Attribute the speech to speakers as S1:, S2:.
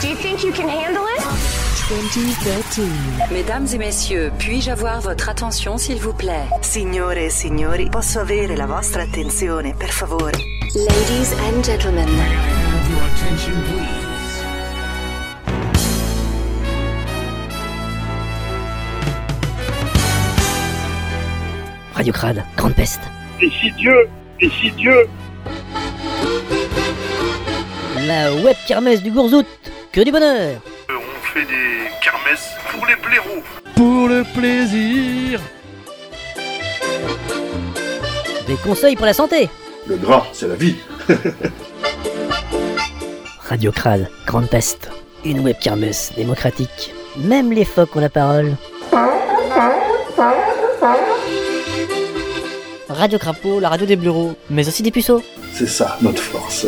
S1: Do you think you can handle it?
S2: 2013.
S3: Mesdames et messieurs, puis-je avoir votre attention s'il vous plaît
S4: Signore e signori, posso avere la vostra attenzione, per favore?
S3: Ladies and gentlemen.
S5: Have your attention, please.
S6: Radio Crade, Grande Peste.
S7: Et si Dieu Et si Dieu
S6: La web kermesse du Gourzout, que du bonheur
S7: Euh, On fait des kermesses pour les blaireaux.
S8: Pour le plaisir
S6: Des conseils pour la santé
S9: Le gras, c'est la vie.
S6: Radio Crade, Grande Peste. Une web kermesse démocratique. Même les phoques ont la parole. Radio Crapaud, la radio des bureaux, mais aussi des puceaux.
S9: C'est ça, notre force.